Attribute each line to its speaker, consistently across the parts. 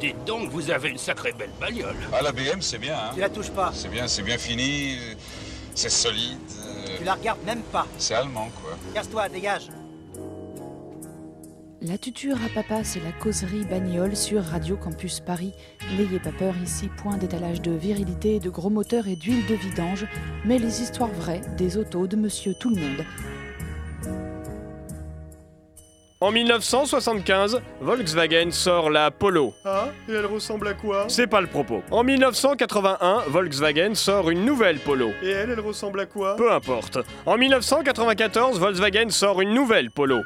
Speaker 1: Dites donc, vous avez une sacrée belle bagnole.
Speaker 2: Ah, la BM, c'est bien, hein.
Speaker 3: Tu la touches pas,
Speaker 2: C'est bien, c'est bien fini, c'est solide, euh,
Speaker 3: tu la regardes même pas.
Speaker 2: c'est allemand, quoi.
Speaker 3: Casse-toi, dégage.
Speaker 4: La tuture à papa, c'est la causerie bagnole sur Radio Campus Paris. N'ayez pas peur ici, point d'étalage de virilité, de gros moteurs et d'huile de vidange, mais les histoires vraies des autos de Monsieur Tout le Monde.
Speaker 5: En 1975, Volkswagen sort la Polo.
Speaker 6: Ah, et elle ressemble à quoi
Speaker 5: C'est pas le propos. En 1981, Volkswagen sort une nouvelle Polo.
Speaker 6: Et elle, elle ressemble à quoi
Speaker 5: Peu importe. En 1994, Volkswagen sort une nouvelle Polo.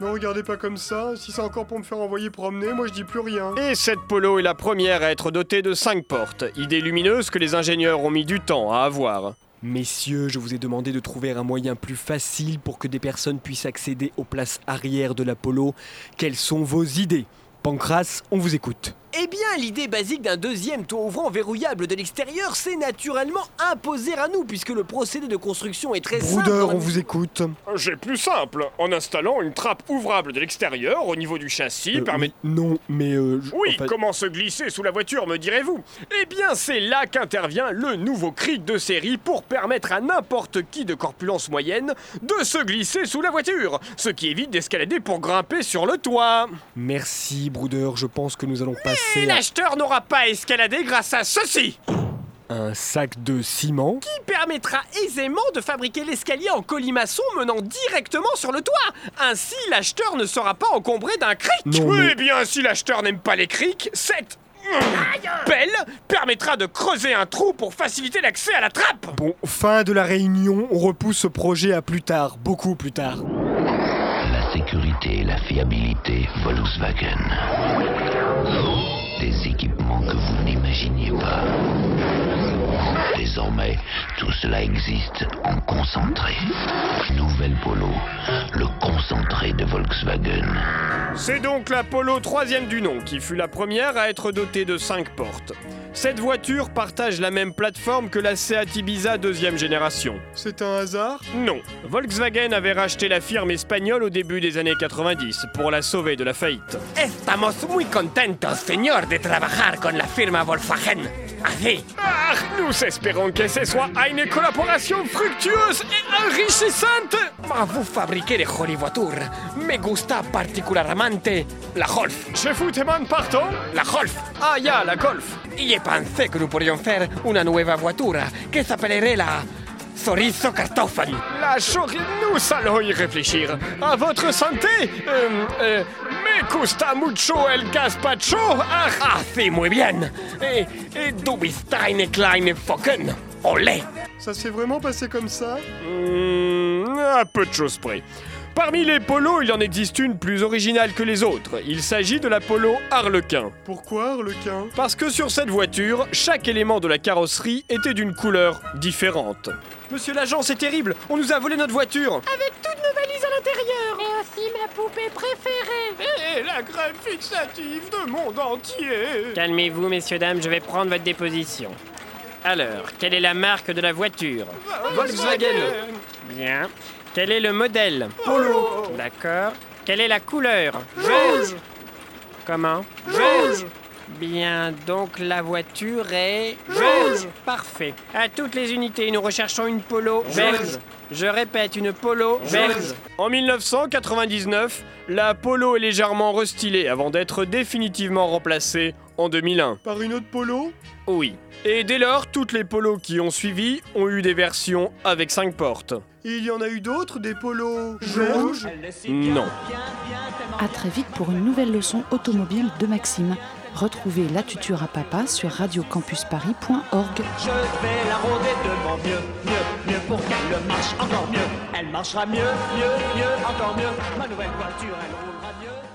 Speaker 6: Non, regardez pas comme ça. Si c'est encore pour me faire envoyer promener, moi je dis plus rien.
Speaker 5: Et cette Polo est la première à être dotée de 5 portes, idée lumineuse que les ingénieurs ont mis du temps à avoir.
Speaker 7: Messieurs, je vous ai demandé de trouver un moyen plus facile pour que des personnes puissent accéder aux places arrière de l'Apollo. Quelles sont vos idées Pancras, on vous écoute.
Speaker 8: Eh bien, l'idée basique d'un deuxième toit ouvrant verrouillable de l'extérieur s'est naturellement imposée à nous, puisque le procédé de construction est très
Speaker 7: Broudeur,
Speaker 8: simple.
Speaker 7: on vous écoute.
Speaker 5: J'ai plus simple, en installant une trappe ouvrable de l'extérieur au niveau du châssis,
Speaker 7: Euh,
Speaker 5: permet...
Speaker 7: oui, Non, mais... euh, je-
Speaker 5: Oui,
Speaker 7: enfin,
Speaker 5: comment se glisser sous la voiture, me direz-vous Eh bien, c'est là qu'intervient le nouveau cric de série pour permettre à n'importe qui de corpulence moyenne de se glisser sous la voiture, ce qui évite d'escalader pour grimper sur le toit.
Speaker 7: Merci, Broudeur, je pense que nous allons
Speaker 5: Et
Speaker 7: passer à
Speaker 5: l'acheteur n'aura pas escaladé grâce à ceci,
Speaker 7: un sac de ciment.
Speaker 8: qui permettra aisément de fabriquer l'escalier en colimaçon menant directement sur le toit. Ainsi, l'acheteur ne sera pas encombré d'un cric.
Speaker 7: Non,
Speaker 5: oui,
Speaker 7: mais-
Speaker 5: eh bien, si l'acheteur n'aime pas les crics, cette hmm, pelle permettra de creuser un trou pour faciliter l'accès à la trappe.
Speaker 7: Bon, fin de la réunion, on repousse ce projet à plus tard, beaucoup plus tard.
Speaker 9: La sécurité et la fiabilité Volkswagen. Des équipements que vous n'imaginiez pas. Désormais, tout cela existe en concentré. Nouvelle Polo, le concentré de Volkswagen.
Speaker 5: C'est donc la Polo 3 du nom qui fut la première à être dotée de 5 portes. Cette voiture partage la même plateforme que la Seat Ibiza deuxième génération.
Speaker 6: C'est un hasard
Speaker 5: Non, Volkswagen avait racheté la firme espagnole au début des années 90 pour la sauver de la faillite.
Speaker 8: Estamos muy contentos, señor, de trabajar con la firma Volkswagen. Así.
Speaker 5: Ah, nous espérons que ce soit une collaboration fructueuse et enrichissante
Speaker 8: Ah, vous fabriquez les jolies voitures. Me gusta particularmente la Golf.
Speaker 5: Je vous demande pardon
Speaker 8: La Golf.
Speaker 5: Ah, ya, la Golf
Speaker 8: Y pensé que nous pourrions faire una nueva voiture que s'appellerait la Sorizo Kartoffeln.
Speaker 5: La journée, nous allons y réfléchir. À votre santé euh, euh, Me gusta mucho el gazpacho Ah, ah.
Speaker 8: Así, muy bien. Et, et du bist eine kleine Focken. Olé.
Speaker 6: Ça s'est vraiment passé comme ça
Speaker 5: Hmm, à peu de choses près. Parmi les polos, il en existe une plus originale que les autres. Il s'agit de la polo Harlequin.
Speaker 6: Pourquoi, Harlequin
Speaker 5: Parce que sur cette voiture, chaque élément de la carrosserie était d'une couleur différente. Monsieur l'agent, c'est terrible On nous a volé notre voiture
Speaker 10: Avec toutes nos valises à l'intérieur Et aussi ma poupée préférée
Speaker 5: Et la crème fixative de monde entier
Speaker 8: Calmez-vous, messieurs, dames, je vais prendre votre déposition. Alors, quelle est la marque de la voiture
Speaker 5: Volkswagen
Speaker 8: Bien. Quel est le modèle
Speaker 6: Polo
Speaker 8: D'accord. Quelle est la couleur
Speaker 6: Rouge
Speaker 8: Comment
Speaker 6: Rouge
Speaker 8: Bien, donc la voiture est
Speaker 6: Rouge.
Speaker 8: Parfait. À toutes les unités, nous recherchons une polo verte. Je répète, une polo verte.
Speaker 5: En 1999, la polo est légèrement restylée avant d'être définitivement remplacée en 2001.
Speaker 6: Par une autre Polo
Speaker 5: Oui. Et dès lors, toutes les polos qui ont suivi ont eu des versions avec 5 portes.
Speaker 6: Et il y en a eu d'autres, des Polos
Speaker 7: Rouge.
Speaker 6: rouges
Speaker 5: Non.
Speaker 4: À très vite pour une nouvelle leçon automobile de Maxime. Retrouvez La tuture à papa sur radiocampusparis.org.
Speaker 8: Je vais la rôder devant mieux, mieux, mieux pour qu'elle marche encore mieux. Elle marchera mieux, mieux, mieux, encore mieux. Ma nouvelle voiture, elle roulera mieux.